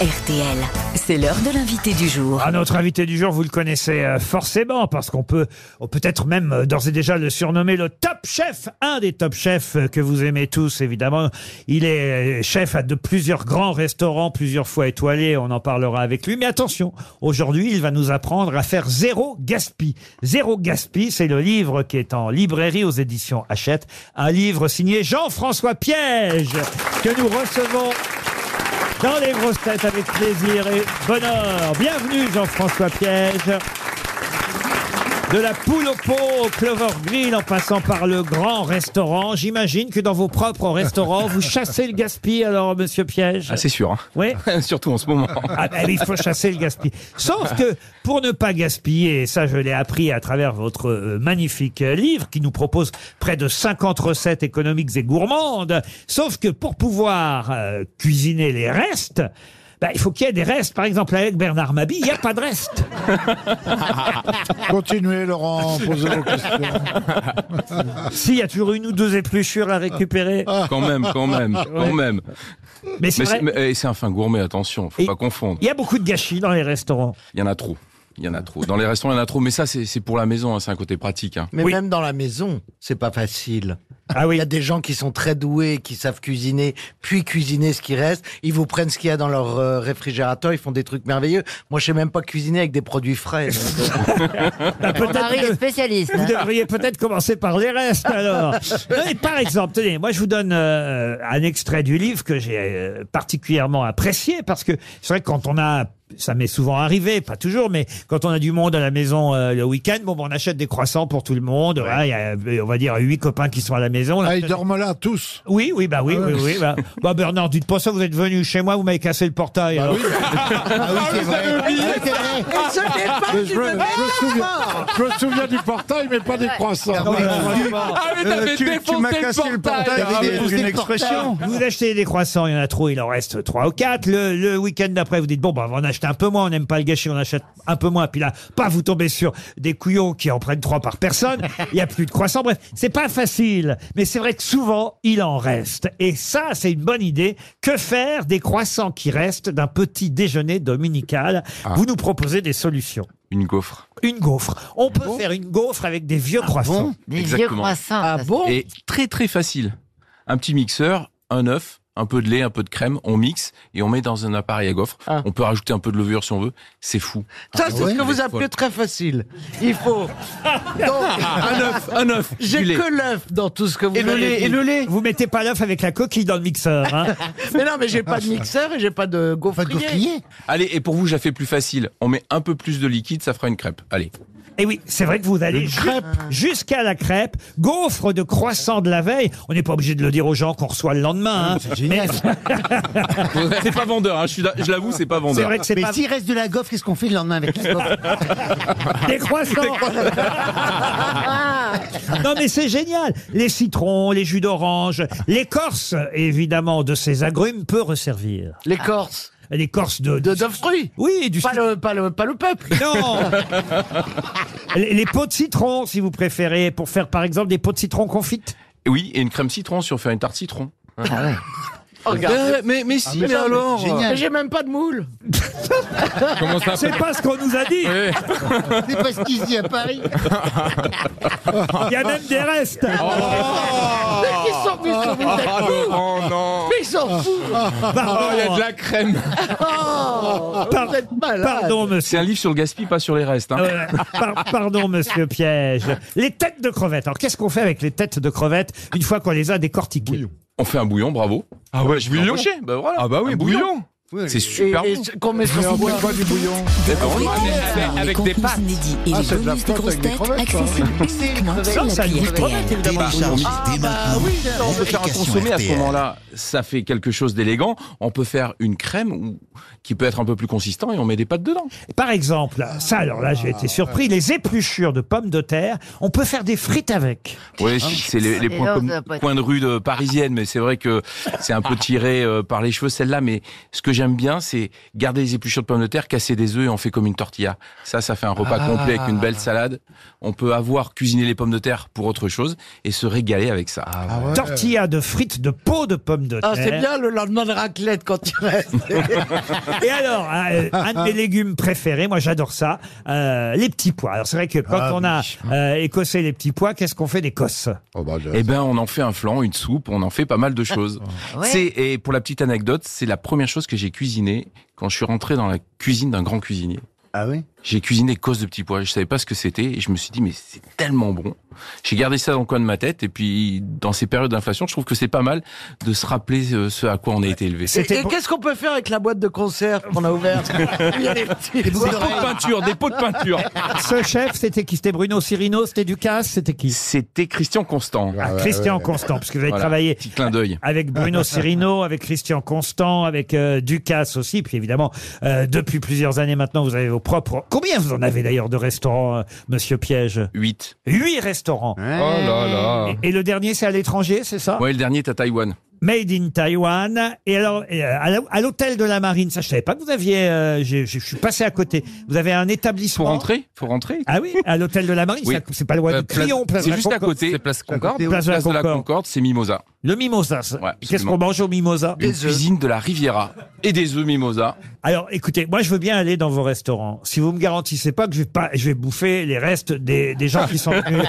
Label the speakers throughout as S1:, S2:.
S1: RTL. C'est l'heure de l'invité du jour.
S2: Ah, notre invité du jour, vous le connaissez euh, forcément, parce qu'on peut on peut être même euh, d'ores et déjà le surnommer le top chef, un des top chefs euh, que vous aimez tous, évidemment. Il est euh, chef à de plusieurs grands restaurants, plusieurs fois étoilés, on en parlera avec lui. Mais attention, aujourd'hui, il va nous apprendre à faire zéro gaspille. Zéro gaspille, c'est le livre qui est en librairie aux éditions Hachette, un livre signé Jean-François Piège, que nous recevons dans les grosses têtes avec plaisir et bonheur. Bienvenue Jean-François Piège. De la poule au pot au Clover Grill en passant par le grand restaurant. J'imagine que dans vos propres restaurants, vous chassez le gaspille alors, monsieur Piège.
S3: Ah, c'est sûr, hein.
S2: Oui.
S3: surtout en ce moment.
S2: Ah, ben, il faut chasser le gaspillage. Sauf que pour ne pas gaspiller, et ça je l'ai appris à travers votre euh, magnifique euh, livre qui nous propose près de 50 recettes économiques et gourmandes, sauf que pour pouvoir euh, cuisiner les restes, ben, il faut qu'il y ait des restes. Par exemple, avec Bernard Mabie, il n'y a pas de restes.
S4: Continuez, Laurent, posez vos questions.
S2: S'il y a toujours une ou deux épluchures à récupérer.
S3: quand même, quand même, quand même.
S2: Mais c'est
S3: Ah. Mais
S2: vrai,
S3: c'est- mais- et c'est un fin gourmet, attention, faut
S2: Et-
S3: pas confondre.
S2: il y a beaucoup de gâchis dans les restaurants.
S3: Il y en a trop. Il y en a trop. Dans les restaurants, il y en a trop. Mais ça, c'est c'est pour la maison, hein, c'est un côté pratique. hein.
S5: Mais
S2: Oui.
S5: même dans la maison, c'est pas facile.
S2: Ah
S5: Il
S2: oui.
S5: y a des gens qui sont très doués, qui savent cuisiner, puis cuisiner ce qui reste. Ils vous prennent ce qu'il y a dans leur euh, réfrigérateur, ils font des trucs merveilleux. Moi, je sais même pas cuisiner avec des produits frais. donc, euh,
S2: Ah, peut-être
S6: Marie
S2: que-
S6: est spécialiste.
S2: Vous
S6: hein.
S2: devriez peut-être commencer par les restes alors. Non, mais par exemple, tenez, moi je vous donne euh, un extrait du livre que j'ai euh, particulièrement apprécié parce que c'est vrai que quand on a ça m'est souvent arrivé, pas toujours, mais quand on a du monde à la maison euh, le week-end, bon, ben, on achète des croissants pour tout le monde. voilà, Il y a, euh, on va dire, huit copains qui sont à la maison.
S4: Ah, ils Ah, dorment là, tous.
S2: Oui, oui, bah oui, oui, oui. Bah, bah, Bernard, dites pas ça, vous êtes venu chez moi, vous m'avez cassé le portail.
S4: Bah
S2: alors.
S4: Ah oui, c'est vrai. Ah, Mais je, me, je me souviens, je me souviens du portail, Euh, mais pas des croissants. Ah,
S2: Vous achetez des croissants, il y en a trop, il en reste 3 ou 4. Le, le week-end d'après, vous dites, bon, bah, on va en acheter un peu moins, on n'aime pas le gâchis, on achète un peu moins. Puis là, pas vous tombez sur des couillons qui en prennent 3 par personne. Il n'y a plus de croissants. Bref, c'est pas facile. Mais c'est vrai que souvent, il en reste. Et ça, c'est une bonne idée. Que faire des croissants qui restent d'un petit déjeuner dominical Vous nous proposez des solutions.
S3: Une gaufre.
S2: Une gaufre. On peut faire une gaufre avec des vieux croissants.
S6: Des vieux
S3: Exactement.
S6: croissants.
S5: Ah
S6: ça, c'est-
S3: Et très, très facile. Un petit mixeur, un œuf, un peu de lait, un peu de crème, on mixe et on met dans un appareil à gaufre.
S5: Ah.
S3: On peut rajouter un peu de levure si on veut. C'est fou. Ah
S5: Ça, c'est
S3: ouais
S5: ce que
S3: Elle
S5: vous
S3: est
S5: appelez
S3: folle.
S5: très facile. Il faut. Donc,
S3: Un œuf, un œuf.
S5: j'ai
S3: du lait.
S5: que l'œuf dans tout ce que vous
S3: Et le
S5: avez
S3: lait,
S5: dit.
S3: et le lait.
S2: Vous mettez pas l'œuf avec la coquille dans le mixeur. Hein
S5: Mais non, mais j'ai pas de mixeur et j'ai pas de
S4: Pas de
S5: gaufrier.
S4: gaufrier.
S3: Allez, et pour vous, j'ai fait plus facile. On met un peu plus de liquide, ça fera une crêpe. Allez.
S2: Et Eh oui, c'est vrai que vous allez ju- jusqu'à la crêpe, gaufre de croissant de la veille. On n'est pas obligé de le dire aux gens qu'on reçoit le lendemain. hein. Mais
S3: c'est pas vendeur, hein. je, suis là- je l'avoue, c'est pas
S2: c'est
S3: vendeur.
S2: vrai que c'est pas
S5: s'il reste de la gaufre, qu'est-ce qu'on fait le lendemain avec la gaufre
S2: des croissants. non mais c'est génial. Les citrons, les jus d'orange, l'écorce évidemment de ces agrumes peut resservir.
S5: L'écorce
S2: L'écorce de,
S5: de, de fruits.
S2: oui du
S5: Pas le, pas, le, pas le peuple.
S2: Non les, les pots de citron, si vous préférez, pour faire par exemple des pots de citron confites.
S3: Oui, et une crème citron si on fait une tarte citron.
S5: Oh, Regarde.
S3: Euh, mais, mais si, mais,
S5: ça, mais
S3: alors
S5: Mais J'ai même pas de moule.
S3: Comment ça
S2: C'est pas ce qu'on nous a dit.
S3: Eh,
S5: C'est parce qu'ici à Paris,
S2: Il y a même des restes.
S5: ils sont venus sur vous.
S3: Ah Laurent, non
S5: Ils s'en foutent.
S3: Oh, il y a de la crème
S2: Par-
S5: Vous êtes malade.
S2: Pardon, monsieur.
S3: C'est un livre sur le gaspillage, pas sur les restes. hein.
S2: Euh, par- pardon, monsieur Piège. Les têtes de crevettes. Alors, qu'est-ce qu'on fait avec les têtes de crevettes une fois qu'on les a décortiquées
S3: On fait un bouillon, bravo. Ah ouais, je bouillon bah, voilà. Ah bah oui, bouillon, C'est
S5: Et,
S3: super
S5: et
S3: bon.
S5: ce qu'on met sur
S4: Mais on
S5: bois.
S4: boit pas du bouillon.
S3: Eh ben, on y va.
S1: Ah, Les
S3: Avec des
S1: contenus
S3: pâtes.
S1: inédits et
S4: Ah,
S1: les
S4: c'est de la
S1: bonus des
S4: pâte
S1: grosses
S4: avec des
S1: têtes
S4: crevettes, quoi.
S1: accessibles uniquement sur
S2: Ça, ça
S1: l'appli
S2: existe
S1: RTL.
S2: pas, évidemment.
S1: Télécharge dès maintenant
S3: On peut faire un
S1: l'application
S3: consommé à ce
S1: RTL.
S3: moment-là. Ça fait quelque chose d'élégant. On peut faire une crème ou- qui peut être un peu plus consistant et on met des pâtes dedans.
S2: Par exemple, ça, alors là, j'ai été surpris, les épluchures de pommes de terre, on peut faire des frites avec.
S3: Oui, Hein, c'est les, les
S6: Et
S3: points,
S6: non,
S3: comme-
S6: ça va pas être-
S3: coins de rue de parisienne, mais c'est vrai que c'est un peu tiré euh, par les cheveux celle-là. Mais ce que j'aime bien, c'est garder les épluchures de pommes de terre, casser des œufs et on fait comme une tortilla. Ça, ça fait un repas complet avec une belle salade. On peut avoir cuisiné les pommes de terre pour autre chose et se régaler avec ça.
S2: Tortilla de frites de peau de pommes de terre.
S5: Ah, c'est bien le lendemain de raclette quand tu restes.
S2: Et alors, un, un de mes légumes préférés, moi j'adore ça, euh, les petits pois. Alors c'est vrai que quand on a euh, écossé les petits pois, qu'est-ce qu'on fait d'Écosse
S3: Eh ben, on en fait un flan, une soupe, on en fait pas mal de choses. C'est et pour la petite anecdote, c'est la première chose que j'ai cuisinée quand je suis rentré dans la cuisine d'un grand cuisinier.
S5: Ah oui
S3: J'ai cuisiné cause de petits pois, je savais pas ce que c'était et je me suis dit mais c'est tellement bon. J'ai gardé ça dans le coin de ma tête et puis dans ces périodes d'inflation, je trouve que c'est pas mal de se rappeler euh, ce à quoi on a été élevé.
S5: Et,
S2: C'était
S5: et
S2: pour-
S5: qu'est-ce qu'on peut faire avec la boîte de conserve qu'on a ouverte Il y a des petits
S3: Des pots de peinture, des pots de peinture.
S2: Ce chef, c'était qui C'était Bruno Cirino, c'était Ducasse, c'était qui
S3: C'était Christian Constant.
S2: Ah, Christian Constant, parce que vous avez
S3: Voilà,
S2: travaillé
S3: Petit clin d'œil.
S2: avec Bruno Cirino, avec Christian Constant, avec euh, Ducasse aussi. Puis évidemment, euh, depuis plusieurs années maintenant, vous avez vos propres. Combien vous en avez d'ailleurs de restaurants, euh, Monsieur Piège
S3: 8.
S2: Huit restaurants. Et, et le dernier, c'est à l'étranger, c'est ça
S3: Oh Ouais, le dernier est à Taïwan.
S2: Made in Taiwan. Et alors, et, euh, à la- à l'hôtel de la Marine, ça, je savais pas que vous aviez. euh, j'ai- j'ai- je suis passé à côté. Vous avez un
S3: Faut
S2: établissement.
S3: rentrer, faut rentrer.
S2: Ah oui, à l'hôtel de la Marine,
S3: Oui.
S2: ça- c'est pas loin
S3: Euh,
S2: du
S3: place-
S2: Crillon, place de
S3: c'est
S2: la
S3: juste à
S2: Concorde.
S3: côté. place Concorde.
S2: Place de la
S3: de la
S2: Concorde.
S3: Concorde, c'est Mimosa.
S2: Le mimosa. ça.
S3: Ouais,
S2: Qu'est-ce qu'on
S3: absolument.
S2: mange au mimosa
S3: Une
S5: Des œufs.
S3: cuisine de la Riviera et des œufs Mimosa.
S2: Alors, écoutez, moi, je veux bien aller dans vos restaurants. Si vous me garantissez pas que je vais pas, je vais bouffer les restes des, des gens qui sont venus,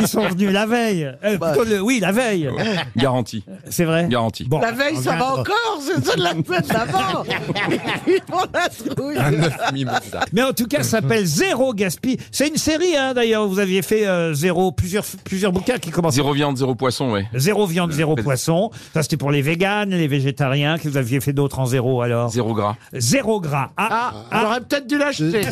S2: qui sont venus la veille. Euh,
S5: Bah.
S2: plutôt le- oui, la veille.
S3: Garantie,
S2: C'est vrai.
S3: garantie.
S2: Bon.
S5: La veille, ça va encore, c'est ça de la semaine d'avant. Ils font la trouille.
S2: Mais en tout cas, ça s'appelle Zéro Gaspille. C'est une série, hein, d'ailleurs. Vous aviez fait euh, zéro, plusieurs, plusieurs bouquins qui commençaient.
S3: Zéro viande, zéro poisson, ouais.
S2: Zéro viande, zéro poisson. Ça, c'était pour les véganes, les végétariens, que vous aviez fait d'autres en zéro, alors.
S3: Zéro gras.
S2: Zéro gras. Ah, ah,
S5: J'aurais peut-être dû l'acheter.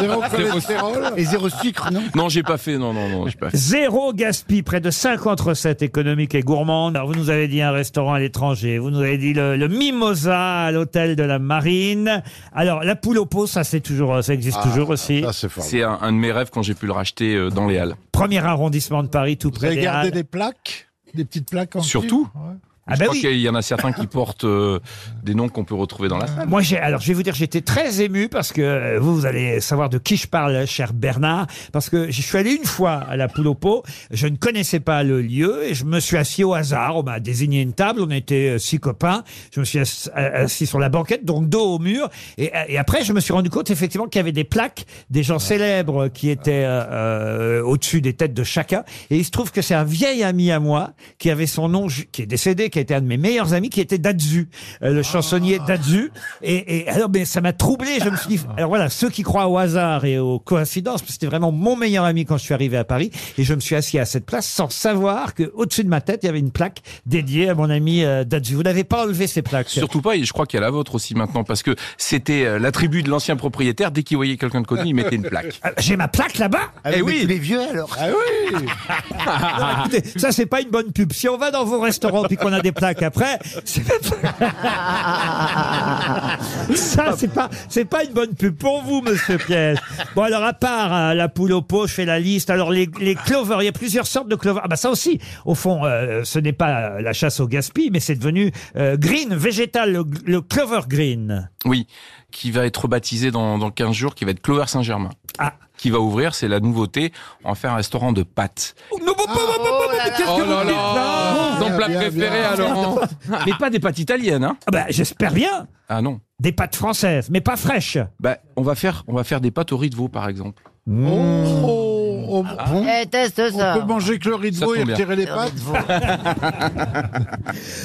S4: Zéro cholestérol.
S5: Et zéro sucre, non
S3: Non, j'ai pas fait, non, non, non, j'ai pas fait.
S2: Zéro gaspille, près de 50 recettes économiques et gourmandes. Alors, vous nous avez dit un restaurant à l'étranger, vous nous avez dit le, le Mimosa à l'hôtel de la Marine. Alors, la poule au pot, ça c'est toujours, euh, ça existe toujours aussi.
S4: Ah, Ça, c'est fort.
S3: C'est un, un de mes rêves quand j'ai pu le racheter euh, dans les Halles.
S2: Premier arrondissement de Paris, tout
S4: Vous
S2: près
S4: avez
S2: des
S4: gardé
S2: Halles.
S4: des plaques Des petites plaques en
S3: Surtout.
S4: cuivre Ouais.
S2: Ah
S3: je
S2: bah
S3: crois
S2: oui.
S3: qu'il y en a certains qui portent euh, des noms qu'on peut retrouver dans la salle.
S2: Moi, j'ai, alors, je vais vous dire, j'étais très ému parce que euh, vous, vous allez savoir de qui je parle, cher Bernard, parce que je suis allé une fois à la poule au pot, je ne connaissais pas le lieu et je me suis assis au hasard. On m'a désigné une table, on était euh, six copains, je me suis ass- euh, assis sur la banquette, donc dos au mur, et, euh, et après, je me suis rendu compte effectivement qu'il y avait des plaques des gens célèbres qui étaient euh, euh, au-dessus des têtes de chacun, et il se trouve que c'est un vieil ami à moi qui avait son nom, ju- qui est décédé, qui a été un de mes meilleurs amis, qui était Dadzu, euh, le chansonnier Dadzu. Et, et alors, mais ça m'a troublé. Je me suis dit, alors voilà, ceux qui croient au hasard et aux coïncidences, parce que c'était vraiment mon meilleur ami quand je suis arrivé à Paris, et je me suis assis à cette place sans savoir que au-dessus de ma tête, il y avait une plaque dédiée à mon ami euh, Dadzu. Vous n'avez pas enlevé ces plaques.
S3: Surtout pas, et je crois qu'il y a la vôtre aussi maintenant, parce que c'était euh, l'attribut de l'ancien propriétaire. Dès qu'il voyait quelqu'un de connu, il mettait une plaque.
S2: Ah, J'ai ma plaque là-bas.
S3: Eh oui.
S5: les vieux alors.
S4: Ah oui
S2: Non, écoutez, ça c'est pas une bonne pub. Si on va dans vos restaurants puis qu'on a des plaques après, c'est pas... ça c'est pas c'est pas une bonne pub pour vous, Monsieur Piège. Bon alors à part euh, la poule au pot, je fais la liste. Alors les les clovers, il y a plusieurs sortes de clovers. Ah bah ça aussi, au fond, euh, ce n'est pas euh, la chasse au gaspille, mais c'est devenu euh, green végétal, le, le clover green.
S3: Oui, qui va être rebaptisé dans, dans 15 jours, qui va être Clover Saint-Germain.
S2: Ah.
S3: Qui va ouvrir, c'est la nouveauté, en faire un restaurant de pâtes.
S2: Oh, non, bon, bon, bon, bon, bon, mais qu'est-ce que vous dites là
S4: Son plat préféré,
S3: à Laurent. Mais pas des pâtes italiennes, hein
S2: Ah bah, j'espère bien.
S3: Ah non.
S2: Des pâtes françaises, mais pas fraîches.
S3: Bah, on va faire, on va faire des pâtes au riz de veau, par exemple.
S4: Oh, on- on-
S6: Eh, teste
S4: on
S6: ça.
S4: peut manger que le riz de
S3: Ça
S4: veau et
S3: tombe bien.
S4: retirer les pattes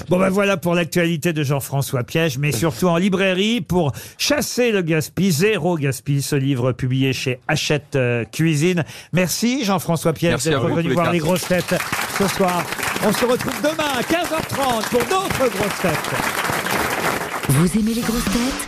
S2: Bon ben voilà pour l'actualité de Jean-François Piège, mais surtout en librairie pour chasser le gaspille, zéro gaspille, ce livre publié chez Hachette euh, Cuisine. Merci Jean-François Piège
S3: Merci à
S2: d'être
S3: vous, tous
S2: venu
S3: les
S2: voir
S3: quatre.
S2: les grosses têtes ce soir. On se retrouve demain à 15h30 pour d'autres grosses têtes.
S1: Vous aimez les grosses têtes